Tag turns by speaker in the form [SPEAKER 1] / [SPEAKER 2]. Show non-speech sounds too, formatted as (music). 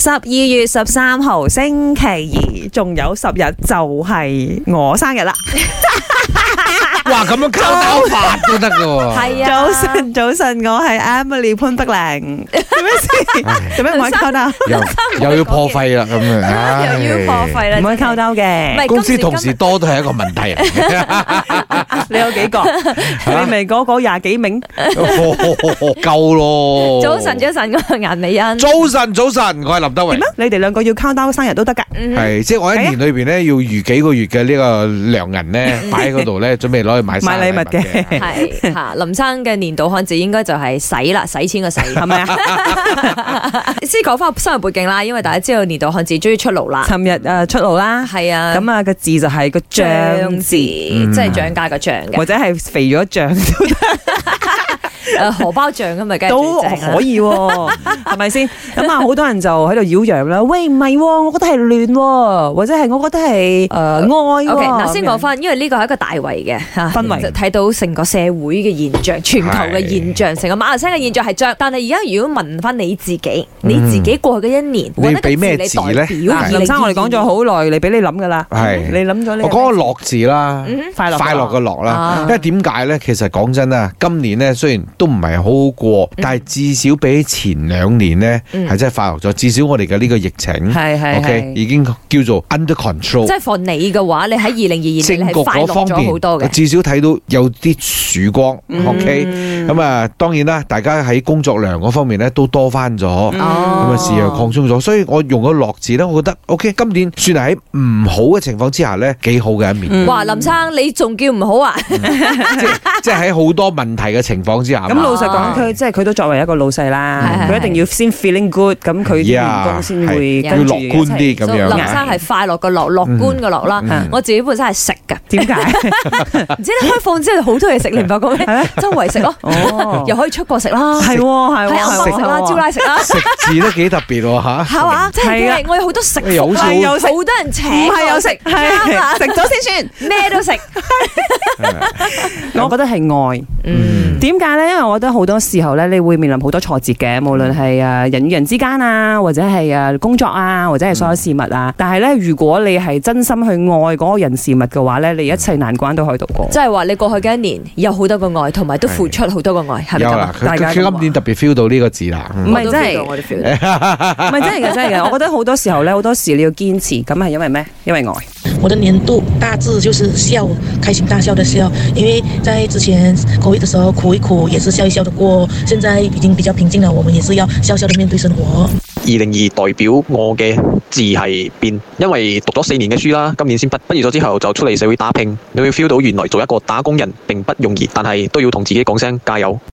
[SPEAKER 1] 十二月十三號星期二，仲有十日就係我生日啦！
[SPEAKER 2] 哇，咁樣交刀法都得噶喎。
[SPEAKER 3] 係啊，
[SPEAKER 1] 早晨，早晨，我係 Emily 潘碧玲。做咩事？做咩唔可以溝兜？
[SPEAKER 2] 又又要破費啦，咁樣。唉
[SPEAKER 3] 又要破費啦，
[SPEAKER 1] 哎唔可以溝兜
[SPEAKER 3] 唔
[SPEAKER 1] 嘅。
[SPEAKER 3] 係
[SPEAKER 2] 公司同事多都係一個問題嚟嘅。
[SPEAKER 1] 啊你有幾個？你咪嗰個廿幾名？
[SPEAKER 2] 夠咯。
[SPEAKER 3] 早晨，早晨，我係顏美欣。
[SPEAKER 1] 哦
[SPEAKER 2] 早晨，早晨，我係林德榮
[SPEAKER 1] 點。啊？你哋兩個要溝兜生日都得㗎。
[SPEAKER 3] 嗯哼
[SPEAKER 2] 係，即係我一年裏邊咧，要預幾個月嘅呢個糧銀咧，擺喺嗰度咧，準備攞去買生日
[SPEAKER 1] 買禮物嘅
[SPEAKER 3] 係吓，林生嘅年度漢字應該就係使啦，
[SPEAKER 1] (laughs)
[SPEAKER 3] 使錢嘅使。
[SPEAKER 1] 係咪啊？
[SPEAKER 3] 先講翻生日背景啦，因為大家知道年度漢字終於出
[SPEAKER 1] (laughs)
[SPEAKER 3] 爐啦。
[SPEAKER 1] 尋日誒出爐 (laughs) 啦，
[SPEAKER 3] 係啊，
[SPEAKER 1] 咁嗯啊個字就係個漲
[SPEAKER 3] 漲字，
[SPEAKER 1] 字，
[SPEAKER 3] 即係漲價個漲嘅
[SPEAKER 1] 或。者係肥咗漲。
[SPEAKER 3] 誒荷包漲咁啊咪梗
[SPEAKER 1] 都
[SPEAKER 3] 係最正
[SPEAKER 1] 可
[SPEAKER 3] 啦。
[SPEAKER 1] 以喎，
[SPEAKER 3] (laughs)
[SPEAKER 1] 係咪先？咁啊，好多人就喺度擾攘啦。喂，唔係喎，我覺得係亂喎，或者係我覺得係誒愛喎。
[SPEAKER 3] OK，嗱
[SPEAKER 1] 咁
[SPEAKER 3] 先
[SPEAKER 1] 樣
[SPEAKER 3] 講翻，因為呢個係一個大圍嘅嚇
[SPEAKER 1] 氛圍
[SPEAKER 3] 啊就睇到成個社會嘅現象、全球嘅現象、成個馬來西亞嘅現象係漲。但係而家如果問翻你自己，你自己過去嘅一年，
[SPEAKER 2] 嗯你
[SPEAKER 3] 揾一個
[SPEAKER 2] 俾咩
[SPEAKER 3] 你
[SPEAKER 2] 字呢
[SPEAKER 3] 代表
[SPEAKER 1] 嗱
[SPEAKER 3] 二零
[SPEAKER 1] 林生，我哋講
[SPEAKER 3] 二二
[SPEAKER 1] 咗好耐，你俾你諗噶啦，
[SPEAKER 2] 係
[SPEAKER 1] 你諗咗呢
[SPEAKER 2] (laughs) 我講個樂字啦，
[SPEAKER 1] 快樂
[SPEAKER 2] 快樂嘅樂啦
[SPEAKER 3] 啊，
[SPEAKER 2] 因為點解咧？其實講真啊，今年咧雖然都唔係好好過，但係至少比起前兩年咧
[SPEAKER 3] 嗯
[SPEAKER 2] 係真係快樂咗。至少我哋嘅呢個疫情
[SPEAKER 1] 係係
[SPEAKER 2] ，OK
[SPEAKER 1] 係
[SPEAKER 2] 已經叫做 under control
[SPEAKER 3] 即。係 for 你嘅話，你喺二零二二
[SPEAKER 2] 政
[SPEAKER 3] 年
[SPEAKER 2] 局
[SPEAKER 3] 係快
[SPEAKER 2] 嗰
[SPEAKER 3] 樂
[SPEAKER 2] 方
[SPEAKER 3] 咗好多
[SPEAKER 2] 面，
[SPEAKER 3] 嘅。嗯
[SPEAKER 2] 至少睇到有啲曙光。OK，咁啊，當然啦，大家喺工作量嗰方面咧都多翻咗，咁啊
[SPEAKER 3] 哦
[SPEAKER 2] 事又擴鬆咗，所以我用個樂字咧，我覺得 OK，今年算係喺唔好嘅情況之下咧，幾好嘅一面。
[SPEAKER 1] 嗯
[SPEAKER 3] 哇，林生你仲叫唔好啊？
[SPEAKER 2] 即即係喺好多問題嘅情況之下，
[SPEAKER 1] 咁老實講，
[SPEAKER 3] 啊
[SPEAKER 1] 佢即係佢都作為一個老細啦，
[SPEAKER 3] 係係
[SPEAKER 1] 佢一定要先 feeling good，咁佢啲員工先會
[SPEAKER 3] 係
[SPEAKER 2] 要
[SPEAKER 1] 跟住
[SPEAKER 2] 樂觀啲咁
[SPEAKER 3] 所以林
[SPEAKER 2] 樣
[SPEAKER 3] 生係快樂嘅樂，樂觀嘅樂啦。
[SPEAKER 2] 嗯
[SPEAKER 3] 我自己本身係食㗎，
[SPEAKER 1] 點
[SPEAKER 3] (laughs)
[SPEAKER 1] 解？
[SPEAKER 3] 唔知你開放之後好多嘢食，你唔發覺咩？
[SPEAKER 2] 啊
[SPEAKER 3] 周圍食
[SPEAKER 2] (laughs)
[SPEAKER 3] 咯，
[SPEAKER 1] 哦，
[SPEAKER 3] 又可以出國食啦，啊
[SPEAKER 1] 係喎，係喎，
[SPEAKER 3] 喺
[SPEAKER 1] 係
[SPEAKER 3] 暗
[SPEAKER 1] 喎
[SPEAKER 3] 房食啦，招拉食啦。
[SPEAKER 2] 啊食字啊都幾特別喎嚇。
[SPEAKER 3] 係嘛？即係
[SPEAKER 1] 係啊
[SPEAKER 3] 佢係我有好多食
[SPEAKER 2] 有
[SPEAKER 3] 服啦，
[SPEAKER 2] 數
[SPEAKER 3] 好多人請
[SPEAKER 1] 唔係有
[SPEAKER 3] 我
[SPEAKER 1] 食，
[SPEAKER 3] 食，
[SPEAKER 1] 係
[SPEAKER 3] 啱啊
[SPEAKER 1] 食咗先算。
[SPEAKER 3] 咩都食。
[SPEAKER 1] 我覺得係愛。
[SPEAKER 3] 嗯，
[SPEAKER 1] 點解呢？因為我覺得好多時候咧，你會面臨好多挫折嘅，無論係誒人與人之間啊，或者係誒工作啊，或者係所有事物啊。但係咧，如果你係真心去愛嗰個人事物嘅話咧，你一切難關都可以度過。
[SPEAKER 3] 即係話你過去嘅一年有好多個愛，同埋都付出好多個愛，係咪
[SPEAKER 2] 有
[SPEAKER 3] 咁
[SPEAKER 2] 啦
[SPEAKER 3] 啊，？
[SPEAKER 2] 佢
[SPEAKER 1] 大家
[SPEAKER 2] 佢
[SPEAKER 1] 咁
[SPEAKER 2] 佢
[SPEAKER 1] 話
[SPEAKER 2] 今年特別 feel 到呢個字啦。
[SPEAKER 1] 唔
[SPEAKER 3] (laughs)
[SPEAKER 2] 嗯
[SPEAKER 1] 係真係
[SPEAKER 3] 我都 feel 到我都 feel 到
[SPEAKER 1] 唔係真係嘅，真係嘅。我覺得好多時候咧，好多時你要堅持，咁係因為咩？因為愛。
[SPEAKER 4] 我的年度大致就是笑，开心大笑的笑，因为在之前 COVID 的时候苦一苦，也是笑一笑的过。现在已经比较平静了，我们也是要笑笑的面对生活。
[SPEAKER 5] 二零二代表我嘅字係變，因為讀咗四年嘅書啦，今年先畢畢業咗之後就出嚟社會打拼，你會 feel 到原來做一個打工人並不容易，但係都要同自己講聲加油。